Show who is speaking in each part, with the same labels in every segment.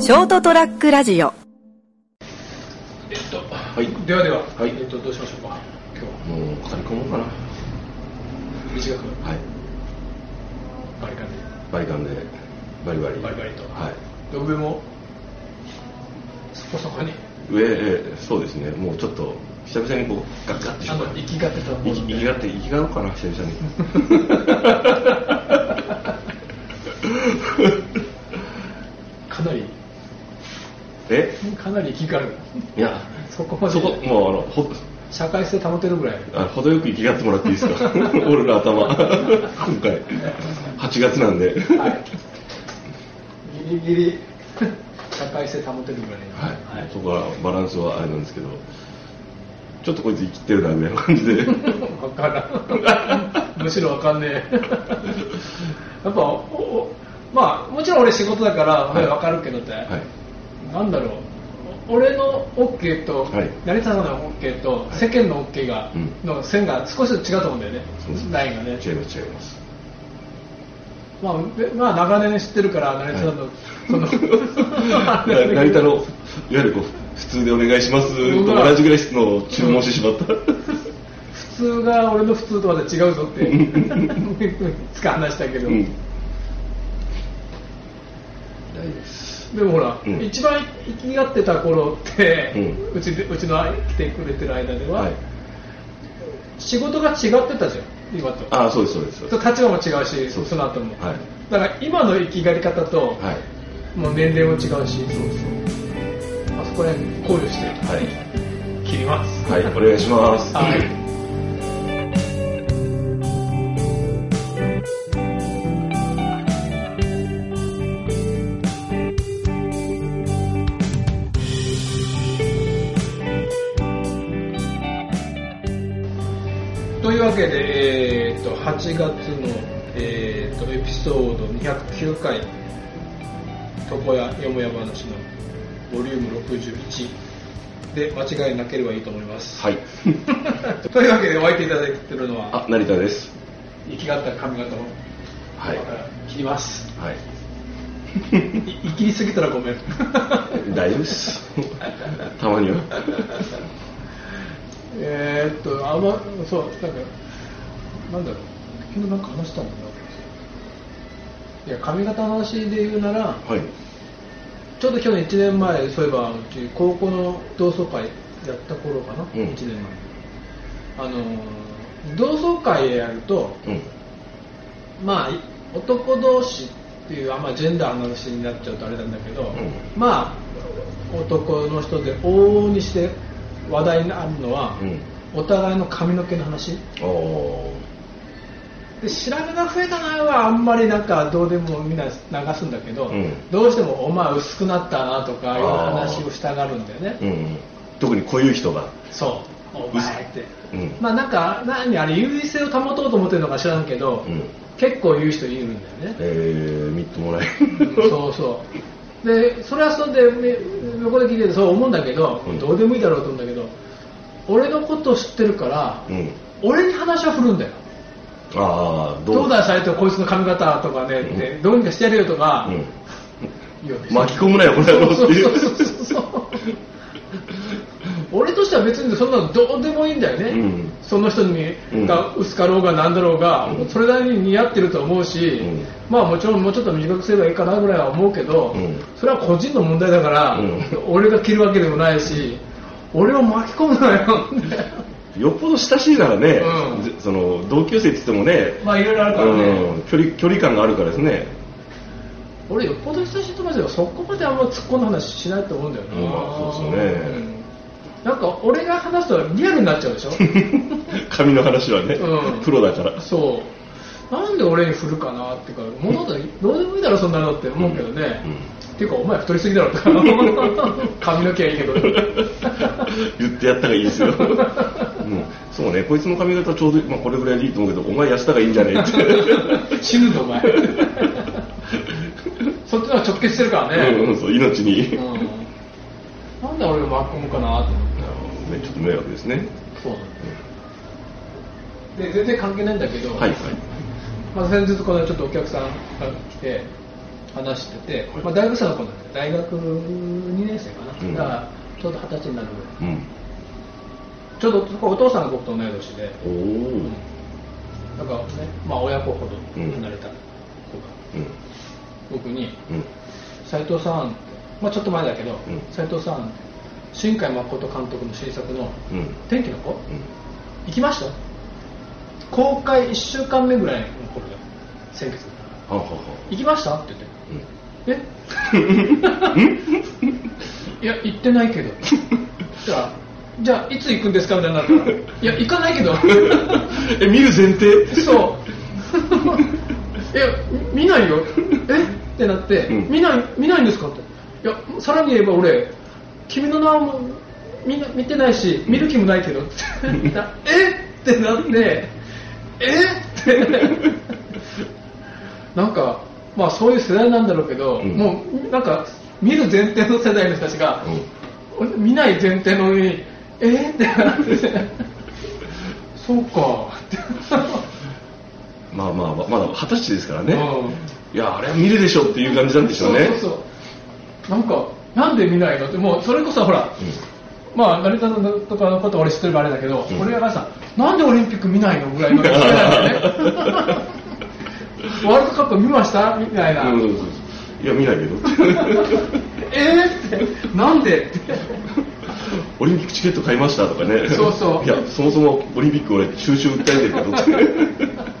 Speaker 1: ショートトラックラジオ
Speaker 2: えっと、
Speaker 3: い
Speaker 2: ではでは、
Speaker 3: はい
Speaker 2: えっと、どうしましょうか、今日は
Speaker 3: もう刈り込もうかな。
Speaker 2: 短く、
Speaker 3: はい。
Speaker 2: バリカンで、
Speaker 3: バリカンで、バリバリ。
Speaker 2: バリバリと
Speaker 3: はい。
Speaker 2: で上も、そこそこに、
Speaker 3: 上、えそうですね。もうちょっと、久々にこう、ガッガッてし
Speaker 2: あ
Speaker 3: ま
Speaker 2: の
Speaker 3: う。
Speaker 2: 行きがってたも
Speaker 3: 生き
Speaker 2: の
Speaker 3: 生き
Speaker 2: で、
Speaker 3: がって、生きがろうかな、久 々に。
Speaker 2: かなり、
Speaker 3: え
Speaker 2: かなり生きがる、
Speaker 3: いや、
Speaker 2: そこま
Speaker 3: そこ、
Speaker 2: で
Speaker 3: もうあの、ほ、
Speaker 2: 社会性保てるぐらい、
Speaker 3: あ程よく生きがってもらっていいですか。 俺の頭。今回、8月なんで。
Speaker 2: ギリギリ社会性保てるぐらい、
Speaker 3: はい、そこはバランスはあれなんですけど、ちょっとこいつ生きてるなみたいな感じ で、
Speaker 2: 分からんむしろ分かん ねえやっぱおおまあもちろん俺仕事だから
Speaker 3: はい
Speaker 2: 俺分かるけどって、
Speaker 3: はい、
Speaker 2: なんだろうお俺の OK と、
Speaker 3: はい
Speaker 2: 成田さんの OK と、
Speaker 3: はい
Speaker 2: 世間の OK が、
Speaker 3: うん
Speaker 2: の線が少し違うと思うんだよね
Speaker 3: そうです
Speaker 2: ラインがね
Speaker 3: 違います、違います。
Speaker 2: まあ、でまあ長年知ってるから成田さんの、
Speaker 3: はい
Speaker 2: その
Speaker 3: な成田の、いわゆるこう、普通でお願いしますと
Speaker 2: うわ
Speaker 3: 同じぐらいのを注文してしまった。
Speaker 2: 普通が俺の普通とまた違うぞってい つか話したけど、
Speaker 3: うん。大丈夫です。
Speaker 2: でもほら、
Speaker 3: うん
Speaker 2: 一番行きがってた頃って、う
Speaker 3: う
Speaker 2: ちでうちの来てくれてる間では、
Speaker 3: はい。
Speaker 2: 仕事が違ってたじゃん今と
Speaker 3: ああ、そうです、そうです。そうです
Speaker 2: と立場も違うし
Speaker 3: そ
Speaker 2: そう
Speaker 3: です
Speaker 2: の後も、
Speaker 3: はい。
Speaker 2: だから今の生きがり方と、
Speaker 3: はい。
Speaker 2: もう年齢も違うしあそこら辺考慮して
Speaker 3: はい。
Speaker 2: 切ります
Speaker 3: はい、お願いします。
Speaker 2: はいというわけで、えー、と8月の、えー、とエピソード209回「床屋よもや話」のボリューム61で間違いなければいいと思います、
Speaker 3: はい。
Speaker 2: というわけでお相手いただいてるのは
Speaker 3: あ、成田です。
Speaker 2: 生きがった髪型を
Speaker 3: はい。
Speaker 2: 切ります
Speaker 3: はい。
Speaker 2: い生きりすぎたらごめん
Speaker 3: 大丈夫です。 たまには。
Speaker 2: えーっとあまそうなんかなんだろう昨日なんか話したんだないや髪型の話で言うなら
Speaker 3: はい。
Speaker 2: ちょうど去年1年前そういえばうち高校の同窓会やった頃かな、
Speaker 3: うん
Speaker 2: 1年前あのー同窓会やると
Speaker 3: うん。
Speaker 2: まあい男同士っていうあんまジェンダーの話になっちゃうとあれなんだけど、
Speaker 3: ん
Speaker 2: まあ男の人で往々にして話題になるのは、
Speaker 3: う
Speaker 2: お
Speaker 3: ん。
Speaker 2: 互いの髪の毛の話
Speaker 3: おー。
Speaker 2: で調べが増えたなはあんまりなんかどうでもみんな流すんだけど、
Speaker 3: うん
Speaker 2: どうしてもお前薄くなったなとかいう
Speaker 3: あー
Speaker 2: 話をしたがるんだよね、
Speaker 3: うん。特にこういう人が。
Speaker 2: そうお前って、
Speaker 3: うん。
Speaker 2: まあなんか何あれ優位性を保とうと思ってるのか知らんけど、
Speaker 3: うん。
Speaker 2: 結構言う人いるんだよね、
Speaker 3: えー、みっと もない。
Speaker 2: そうそうでそれはそれでね横で聞いててそう思うんだけど、
Speaker 3: うん
Speaker 2: どうでもいいだろうと思うんだけど俺のことを知ってるから、
Speaker 3: うん。
Speaker 2: 俺に話は振るんだよ
Speaker 3: ああ、
Speaker 2: どう
Speaker 3: だ
Speaker 2: だされてこいつの髪型とかねって、
Speaker 3: う
Speaker 2: どうにかしてやるよとか、
Speaker 3: うん。
Speaker 2: いや
Speaker 3: 巻き込むなよ、この野郎
Speaker 2: そ
Speaker 3: って
Speaker 2: う
Speaker 3: い。
Speaker 2: そううそうそうそう 俺としては別にそんなのどうでもいいんだよね、
Speaker 3: うん
Speaker 2: その人に
Speaker 3: うん
Speaker 2: が薄かろうがなんだろうが、
Speaker 3: うん
Speaker 2: それなりに似合ってると思うし、
Speaker 3: うん
Speaker 2: まあもちろんもうちょっと短くすればいいかなぐらいは思うけど、
Speaker 3: うん
Speaker 2: それは個人の問題だから、
Speaker 3: うん
Speaker 2: 俺が着るわけでもないし俺を巻き込むなよって
Speaker 3: よっぽど親しいならね
Speaker 2: うん、
Speaker 3: ぜその、同級生って言ってもね、
Speaker 2: まあいろいろあるからね、
Speaker 3: うん、距離、距離感があるからで すね。
Speaker 2: 俺よっぽど親しい友達だからそこまであんま突っ込んだ話しないと思うんだよな、
Speaker 3: うんそうですよね
Speaker 2: うんなんか俺が話すとリアルになっちゃうでしょ
Speaker 3: 髪の話はね、
Speaker 2: うん
Speaker 3: プロだから。
Speaker 2: そうなんで俺に振るかなっていうか物事どうでもいいだろそんなのって思うけどね、
Speaker 3: うん
Speaker 2: っていうかお前太りすぎだ ろとか髪の毛はいいけど
Speaker 3: 言ってやったらいいで すよ。うん、そうね、こいつの髪型ちょうど、まあ、これぐらいでいいと思うけど、お前痩せたらいいんじゃねえって。
Speaker 2: 死ぬぞお前そっちの方が直結してるから ね、
Speaker 3: うん、そう、命に。
Speaker 2: うんなんで俺を巻き込むかなと思って
Speaker 3: ねちょっと迷惑ですね。
Speaker 2: そうなんで全然関係ないんだけど、
Speaker 3: はい、はい。
Speaker 2: まあ、先日このちょっとお客さんが来て話してて
Speaker 3: はい、
Speaker 2: まあ、大学生の子なんで大学2年生かな、
Speaker 3: うん
Speaker 2: だからちょうど二十歳になるぐらい
Speaker 3: うん
Speaker 2: ちょうどそこお父さんが僕と同い年で、
Speaker 3: おおうん
Speaker 2: だからね、まあ、親子ほど離れた子が僕に
Speaker 3: うん
Speaker 2: 「斎藤さんって」まあ、ちょっと前だけど
Speaker 3: うん
Speaker 2: 「斎、藤さんって」新海誠監督の新作の
Speaker 3: うんうん
Speaker 2: 「天気の子」行きました公開1週間目ぐらいの頃だよ先月
Speaker 3: ははは
Speaker 2: 行きましたって言って
Speaker 3: うん
Speaker 2: え いや行ってないけど じゃあじゃあいつ行くんですかみたいになったからいや行かないけど
Speaker 3: え見る前提
Speaker 2: そういやみ見ないよえってなって、
Speaker 3: うん
Speaker 2: 見ない見ないんですかっていやさらに言えば俺君の名も見な見てないし見る気もない けどってえってなってえってなんかまあそういう世代なんだろうけど、
Speaker 3: うん
Speaker 2: もうなんか見る前提の世代の人たちが、見ない前提の上にえってなってそうかって
Speaker 3: まあまあまあまだ二十歳ですからね
Speaker 2: うん
Speaker 3: いやあれは見るでしょっていう感じなんでしょう
Speaker 2: そ
Speaker 3: ね
Speaker 2: うそうそうなんかなんで見ないのってもうそれこそほら、まあ成田とかのこと俺知ってるからあれだけど、
Speaker 3: うん
Speaker 2: 俺がさなんでオリンピック見ないのぐらいの世代 なんだよねワールドカップ見ましたみたいな、
Speaker 3: うんうんうんいや見ないけど
Speaker 2: えーってなんでって
Speaker 3: オリンピックチケット買いましたとかね
Speaker 2: そうそう
Speaker 3: やそもそもオリンピック俺収集訴えてるけど って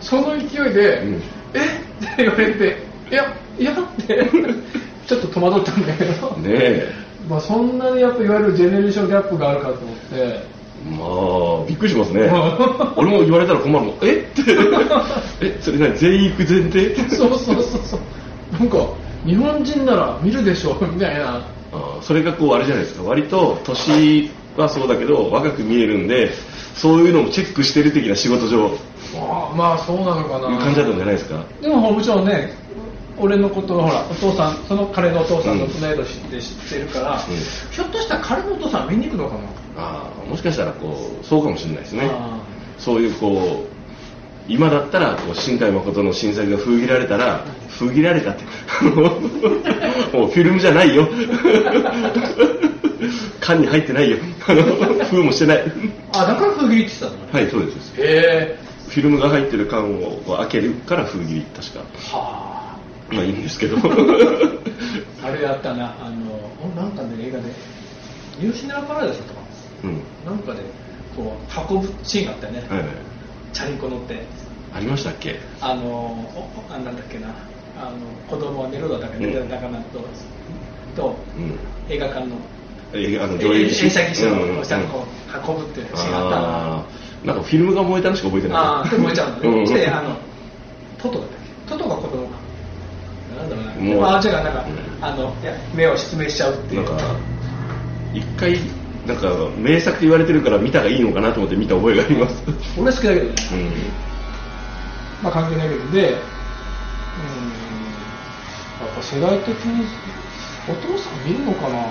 Speaker 2: その勢いで、
Speaker 3: うん
Speaker 2: えって言われていやいやってちょっと戸惑ったんだけど、
Speaker 3: ねえ
Speaker 2: まあそんなにやっぱいわゆるジェネレーションギャップがあるかと思って
Speaker 3: まあびっくりしますね俺も言われたら困るもんえってえそれ何全員行く前提
Speaker 2: そうそうそうそう。なんか、日本人なら見るでしょ、みたいな。
Speaker 3: あーそれがこうあれじゃないですか割と年はそうだけど若く見えるんでそういうのもチェックしてる的な仕事上いう
Speaker 2: まあ、まあ、そうなのかな。
Speaker 3: 感じだったんじゃないですか
Speaker 2: でも、もちろんね、俺のことはほら、お父さん、その彼のお父さんの同い年って知ってるから、
Speaker 3: ん
Speaker 2: ひょっとしたら彼のお父さん見に行くのかな。
Speaker 3: ああもしかしたらこうそうかもしれないですね
Speaker 2: あ
Speaker 3: そういうこう今だったらこう新海誠の新作が封切られたら封切られたって もうフィルムじゃないよ 缶に入ってないよ あの封もしてない
Speaker 2: ーあ、だから封切りって言ってたのね。
Speaker 3: はいそうですそうです
Speaker 2: へえ。
Speaker 3: フィルムが入ってる缶をこう開けるから封切り確か
Speaker 2: は
Speaker 3: まあいいんです けど
Speaker 2: あ。あれやったな、あの、おなんかね、映画で、ニューシネラパラダイスだったか
Speaker 3: うん
Speaker 2: な。なんかで、こう、運ぶシーンがあったよね。
Speaker 3: はいはい
Speaker 2: チャリンコ乗って。
Speaker 3: ありましたっけ
Speaker 2: あのおあなんだっけなあの子供は寝ろだったか寝てたかなと、と
Speaker 3: うん
Speaker 2: 映画館の
Speaker 3: えあの上
Speaker 2: 映
Speaker 3: 映
Speaker 2: 写機室の下に
Speaker 3: うんうん
Speaker 2: こう運ぶっていうシーンあったな
Speaker 3: あーなんかフィルムが燃えたのしか覚えてない
Speaker 2: ああー燃えちゃうのね、
Speaker 3: ん
Speaker 2: であのトトだったっけトトが子供かなんだろうな
Speaker 3: もう
Speaker 2: まあ、じゃあなんか、
Speaker 3: うん
Speaker 2: あのいや目を失明しちゃうってい
Speaker 3: な
Speaker 2: うん
Speaker 3: か一回なんか名作と言われてるから見たがいいのかなと思って見た覚えがあります
Speaker 2: 俺好きだけどね、
Speaker 3: うん
Speaker 2: まあ関係ないけどで、うん、やっぱ世代的にお父さん見るのかな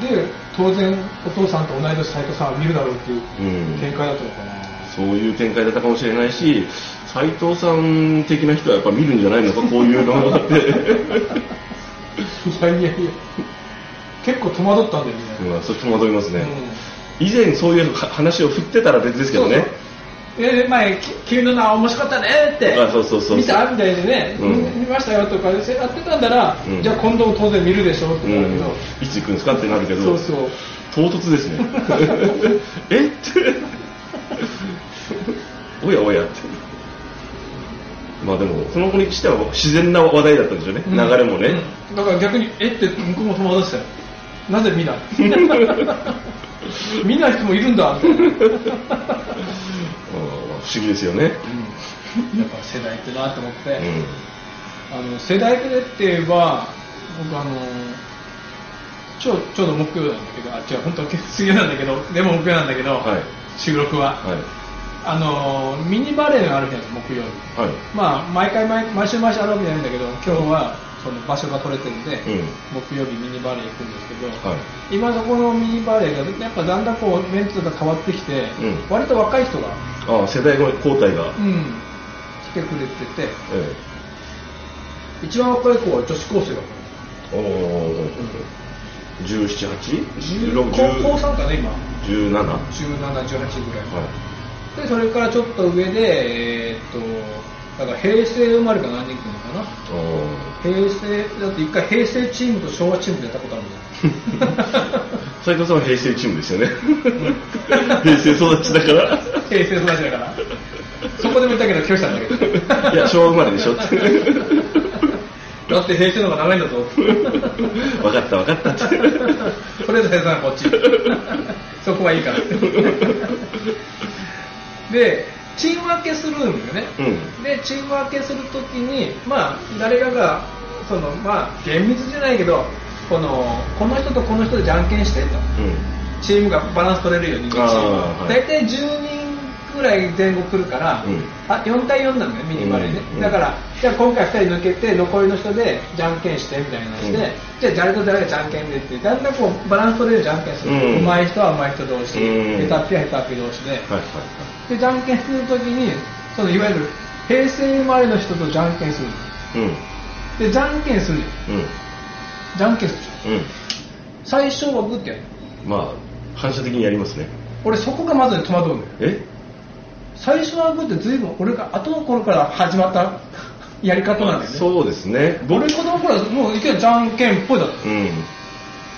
Speaker 2: で、当然お父さんと同い年斎藤さんは見るだろうっていう
Speaker 3: うん
Speaker 2: 見解だったのかな。
Speaker 3: そういう展開だったかもしれないし斎藤さん的な人はやっぱ見るんじゃないのかこういうのって
Speaker 2: いやいやいや、結構戸惑ったんだよね。
Speaker 3: うんそっちも惑いますね、
Speaker 2: うん
Speaker 3: 以前そういうは話を振ってたら別ですけどね
Speaker 2: え前き君の名は面白かったねって
Speaker 3: あそうそうそう
Speaker 2: 見たみたいでね、
Speaker 3: うん
Speaker 2: 見ましたよとかやってたんだら、
Speaker 3: うん
Speaker 2: じゃあ今度も当然見るでしょって
Speaker 3: う
Speaker 2: なる
Speaker 3: ん
Speaker 2: けど、
Speaker 3: いつ行くんですかってなるけど
Speaker 2: そうそう
Speaker 3: 唐突ですね えっておやおやってまあでもその子にしては自然な話題だったんでしょうね、
Speaker 2: うん
Speaker 3: 流れもね、
Speaker 2: うんだから逆にえって向こうも戸惑ってたよなぜ見 ない見ない人もいるんだみたいな、うん、やっ
Speaker 3: あー不思議ですよね、
Speaker 2: ぱ世代ってなと思っ
Speaker 3: う
Speaker 2: て、
Speaker 3: ん
Speaker 2: あの世代でって言えば僕あのちょちょうど木曜なんだけどあ違う本当は水曜なんだけどでも木曜なんだけど、
Speaker 3: はい
Speaker 2: 収録は、
Speaker 3: はい
Speaker 2: あのミニバレーがあるじゃないですか木曜日
Speaker 3: はい
Speaker 2: まあ毎回毎毎週毎週あるわけじゃないんだけど今日はその場所が取れてるんで、
Speaker 3: うん
Speaker 2: 木曜日ミニバレー行くんですけど、
Speaker 3: はい
Speaker 2: 今のこのミニバレーがやっぱだんだんこうメンツが変わってきて、
Speaker 3: うん
Speaker 2: 割と若い人が、
Speaker 3: ああ世代交代が、
Speaker 2: うん、来てくれてて
Speaker 3: え
Speaker 2: 一番若い子は女子高生だか
Speaker 3: おお
Speaker 2: ら、高校3かね今
Speaker 3: 171817は
Speaker 2: 1718ぐらい、でそれからちょっと上でえーっとだから平成生まれか何人かいるのかない
Speaker 3: お
Speaker 2: 平成だって一回平成チームと昭和チームでやったことあるじ ゃ
Speaker 3: 斎藤さんは平成チームですよね 平成育ちだから
Speaker 2: ん平成育ちだからそこでも言ったけど拒否したんだけど
Speaker 3: いや昭和生まれでしょって
Speaker 2: だって平成の方が長いんだぞ
Speaker 3: 分かった分かったって
Speaker 2: それぞれさんこっちそこはいいからでチーム分けするんだよね、
Speaker 3: うん
Speaker 2: でチーム分けするときにまあ誰かがそのまあ厳密じゃないけどこのこの人とこの人でじゃんけんしてと
Speaker 3: う
Speaker 2: チームがバランス取れるようにチーム
Speaker 3: あーはい
Speaker 2: 大体10人ぐらい前後来るから、
Speaker 3: うん
Speaker 2: あ4対4なんだよミニバレーね、
Speaker 3: うんうん
Speaker 2: だからじゃあ今回2人抜けて残りの人でじゃんけんしてみたいなして、
Speaker 3: うん
Speaker 2: じゃあ誰と誰がじゃんけんでってだんだんこうバランス取れるじゃんけんする、
Speaker 3: うん
Speaker 2: 上手い人は上手い人同士、
Speaker 3: うん
Speaker 2: 下手っぴは下手っぴ同士で、
Speaker 3: んはいは
Speaker 2: でじゃんけんするときにそのいわゆる平成生まれの人とじゃんけんする
Speaker 3: いはいうん
Speaker 2: でじゃんけんするよ
Speaker 3: う
Speaker 2: じゃんけんするじゃん
Speaker 3: んうん
Speaker 2: 最初はグッてやる
Speaker 3: まあ反射的にやりますね
Speaker 2: 俺そこがまずに戸惑うんだよ
Speaker 3: え
Speaker 2: 最初はグーって随分俺が後の頃から始まったやり方なんだよね
Speaker 3: そうですね
Speaker 2: 俺子供の頃はもういきなりじゃんけんっぽいだった
Speaker 3: うん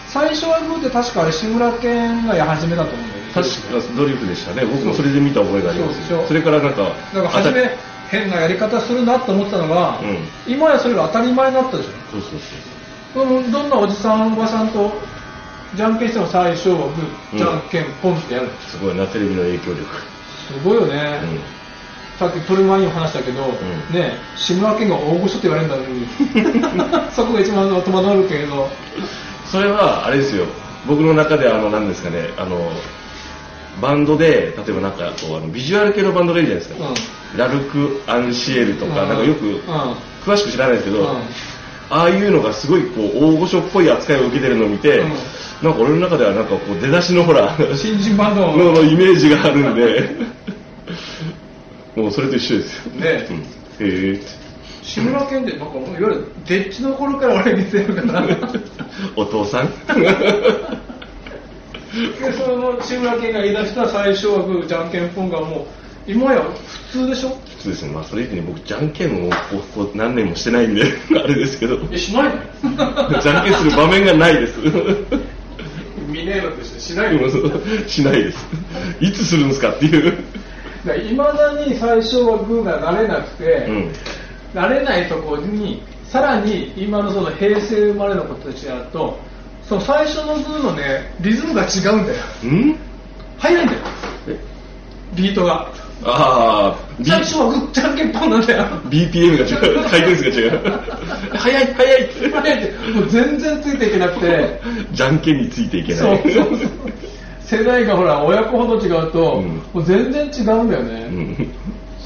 Speaker 2: 最初はグーって確かあれ志村けんがやり始めたと思うんだよね
Speaker 3: 確かドリフでしたね僕もそれで見た覚えがあり
Speaker 2: そ
Speaker 3: ま
Speaker 2: う
Speaker 3: す
Speaker 2: でしょ
Speaker 3: それからなんか
Speaker 2: だから初
Speaker 3: あ
Speaker 2: め変なやり方するなと思ってたのが、
Speaker 3: うん
Speaker 2: 今やそれが当たり前になったでした
Speaker 3: そうそうそう
Speaker 2: ょうんどんなおじさんおばさんとじゃんけんしても最初はグーじゃんけんポンってやる、
Speaker 3: すごいなテレビの影響力
Speaker 2: すごいよね、さっき撮る前にも話したけど、
Speaker 3: ん
Speaker 2: ね志村けんが大御所って言われるんだの にそこが一番戸惑うけれど
Speaker 3: それはあれですよ僕の中であの何ですかねあのバンドで例えばなんかこうあのビジュアル系のバンドがいるじゃないですか、ラルク・アンシエルとか、なんかよ
Speaker 2: うん
Speaker 3: く詳しく知らないですけど、
Speaker 2: うん
Speaker 3: ああいうのがすごいこう大御所っぽい扱いを受けてるのを見て、
Speaker 2: うん
Speaker 3: なんか俺の中ではなんかこう出だしのほ ら
Speaker 2: 新人バンド
Speaker 3: ののイメージがあるんでもうそれと一緒ですよ
Speaker 2: ね
Speaker 3: うん、へえって
Speaker 2: 志村けんってなんかもういわゆるデッチの頃から俺見てる からで
Speaker 3: お父さん
Speaker 2: その志村けんが言い出した最初はグーじゃんけんポンがもう今や普通でしょ
Speaker 3: そうですねまあそれ以前に僕じゃんけんをこうこう何年もしてないんであれですけど
Speaker 2: えしないの
Speaker 3: じゃんけんする場面がないです
Speaker 2: 見ねえのとしてしない
Speaker 3: で
Speaker 2: の
Speaker 3: もそうしないですいつするんですかっていう
Speaker 2: いまだに最初はグーが慣れなくて、
Speaker 3: うん
Speaker 2: 慣れないところにさらに今のその平成生まれの子たちやるとその最初のグーのねリズムが違うんだよ
Speaker 3: うん
Speaker 2: 速いんだよ
Speaker 3: え
Speaker 2: ビートが
Speaker 3: ああ、
Speaker 2: 最初はグッじゃんけんポンなんだよ
Speaker 3: B、BPM が違う。回転数が違う。早い、早いって。
Speaker 2: 速いってもう全然ついていけなくて
Speaker 3: じゃんけんについていけ
Speaker 2: そ
Speaker 3: な
Speaker 2: う
Speaker 3: い。
Speaker 2: そうそう世代がほら親子ほど違うと、
Speaker 3: うん
Speaker 2: もう全然違うんだよね、
Speaker 3: うん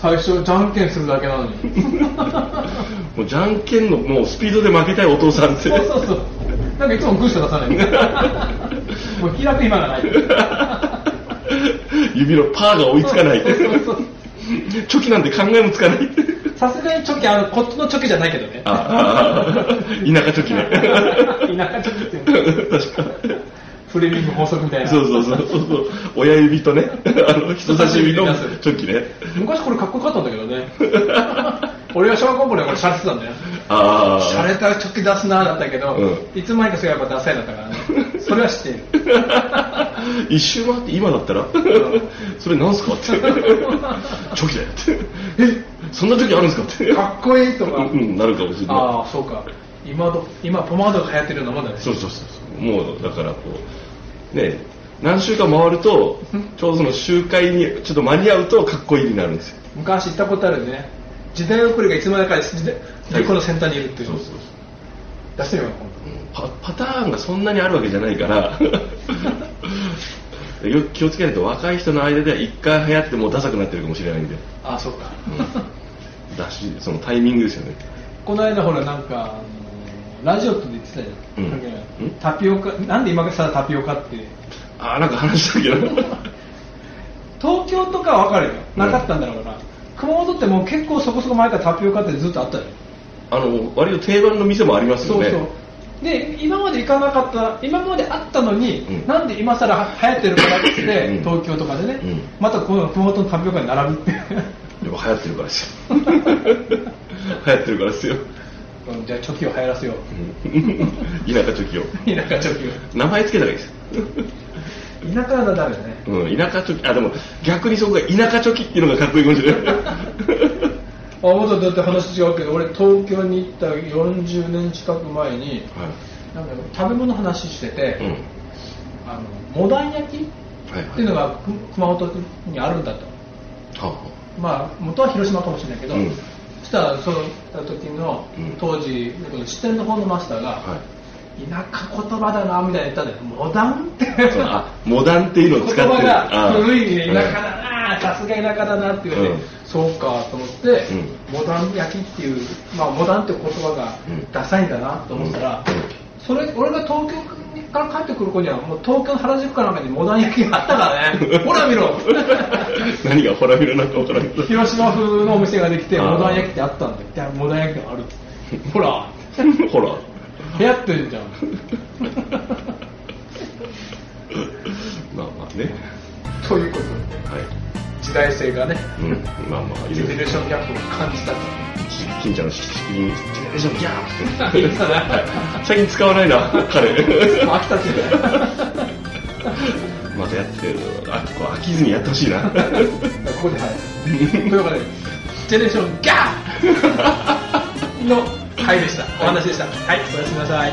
Speaker 2: 最初じゃんけんするだけなのに
Speaker 3: もうじゃんけんのもうスピードで負けたいお父さんって。
Speaker 2: そうそうそうなんかいつもグーしか出さない もう開く暇がない
Speaker 3: 指のパーが追いつかない
Speaker 2: そうそうそう。
Speaker 3: チョキなんて考えもつかない。
Speaker 2: さすがにチョキ、あの、こっちのチョキじゃないけどね。
Speaker 3: ああ、田舎チョキね。
Speaker 2: 田舎チョキっていうの
Speaker 3: 確か。
Speaker 2: フレミング法則みたいな。
Speaker 3: そうそうそうそうそう。親指とね、あの人差し指のチョキね。
Speaker 2: 昔これかっこよかったんだけどね。俺が小学校の頃これシャレてたんだよ。
Speaker 3: あ
Speaker 2: シャ
Speaker 3: あ。
Speaker 2: レたチョキ出すなーだったけど、
Speaker 3: う
Speaker 2: いつまにかそれやっぱダサいだったからね。 それは知っている。
Speaker 3: 一周回って今だったら、 それなんすかって。チョキだよって。え、そんな時あるんですかって。
Speaker 2: かっこいいとか。
Speaker 3: うん、なるかもしれない。
Speaker 2: ああ、そうか。今ど、今ポマードが流行ってるようなもんだね。
Speaker 3: そうそうそうそう。もう、だからこう、ねえ何週間回 ると、ちょうどその集会にちょっと間に合うとかっこいいになるんですよ。
Speaker 2: 昔行ったことあるね。時代遅れがいつまでか時代、流行の先端にいるっていう。
Speaker 3: そうそうそう
Speaker 2: 出してみようか今度
Speaker 3: うんパパターンがそんなにあるわけじゃないから よく気をつけないと若い人の間では一回流行ってもうダサくなってるかもしれないんで
Speaker 2: ああ、そうか。
Speaker 3: だしそのタイミングですよね
Speaker 2: この間ほらなんか、あのラジオって言ってたじゃん。
Speaker 3: うん
Speaker 2: タピオカ、なんで今さらタピオカって。
Speaker 3: ああなんか話したけど
Speaker 2: 東 京とかはわかるよ。なかったんだろうな。熊本ってもう結構そこそこ前からタピオカってずっとあったじゃん。
Speaker 3: あの割と定番の店もありますよ
Speaker 2: そう
Speaker 3: ね
Speaker 2: そうで今まで行かなかった今まであったのに、
Speaker 3: うん
Speaker 2: なんで今さら流行ってるからっつって、
Speaker 3: うん
Speaker 2: 東京とかでね、
Speaker 3: うん
Speaker 2: またこの熊本のタピオカに並ぶっていう
Speaker 3: でも流行ってるからですよ 流行ってるか らですよ、
Speaker 2: うんじゃあチョキを流行らせよう
Speaker 3: うん、田舎チョキを
Speaker 2: 田舎チョキを
Speaker 3: 名前つけたらいいです
Speaker 2: 田舎はダメね
Speaker 3: うん、田舎チョキあでも逆にそこが田舎チョキっていうのがかっこいいかもしれ ない
Speaker 2: あもっとだって話違うけど俺東京に行った40年近く前に
Speaker 3: は
Speaker 2: なんか食べ物の話してて、
Speaker 3: い、うん
Speaker 2: あのモダン焼きっ
Speaker 3: はいは
Speaker 2: て
Speaker 3: い
Speaker 2: いう
Speaker 3: は
Speaker 2: のがく熊本にあるんだと
Speaker 3: あは
Speaker 2: まあ元は広島かもしれないけど、
Speaker 3: うん
Speaker 2: そしたらその時の
Speaker 3: うん
Speaker 2: 当時、支店の方のマスターが、
Speaker 3: あはい
Speaker 2: 田舎言葉だなみたいな言ったんだよモダンって
Speaker 3: そうあモダンっていうのを
Speaker 2: 言
Speaker 3: 使ってる
Speaker 2: 葉が
Speaker 3: あ
Speaker 2: 古いね田舎だなさすが田舎だなっていうね、
Speaker 3: うん
Speaker 2: そうかと思って、
Speaker 3: う
Speaker 2: モダン焼きっていう、まあ、モダンって言葉が
Speaker 3: うん
Speaker 2: ダサいんだなと思ったら、それ俺が東京から帰ってくる子にはもう東京の原宿かなんかにモダン焼きがあったからね ほら見ろ
Speaker 3: うん何がほら見るなのか分からんけど
Speaker 2: 広島風のお店ができて
Speaker 3: あー
Speaker 2: モダン焼きってあったんだよいやモダン焼きがあるってほら
Speaker 3: ほら
Speaker 2: 流行ってんじゃん
Speaker 3: まあまあね
Speaker 2: ということで
Speaker 3: は
Speaker 2: 時代性がね
Speaker 3: い、うん、まあまあい
Speaker 2: ジ
Speaker 3: ろ
Speaker 2: ェネ
Speaker 3: い
Speaker 2: レ
Speaker 3: ろ
Speaker 2: ーションギャップを感じたと
Speaker 3: 金ちゃんの資金ジェネレーションギャーって
Speaker 2: 言ってたね
Speaker 3: はい最近使わないな彼
Speaker 2: 飽きたっていうか
Speaker 3: またやってるあこう飽きずにやってほしいな
Speaker 2: ここではいというわけでジェネレーションギャッの回でしたお話でしたはいおやすみなさい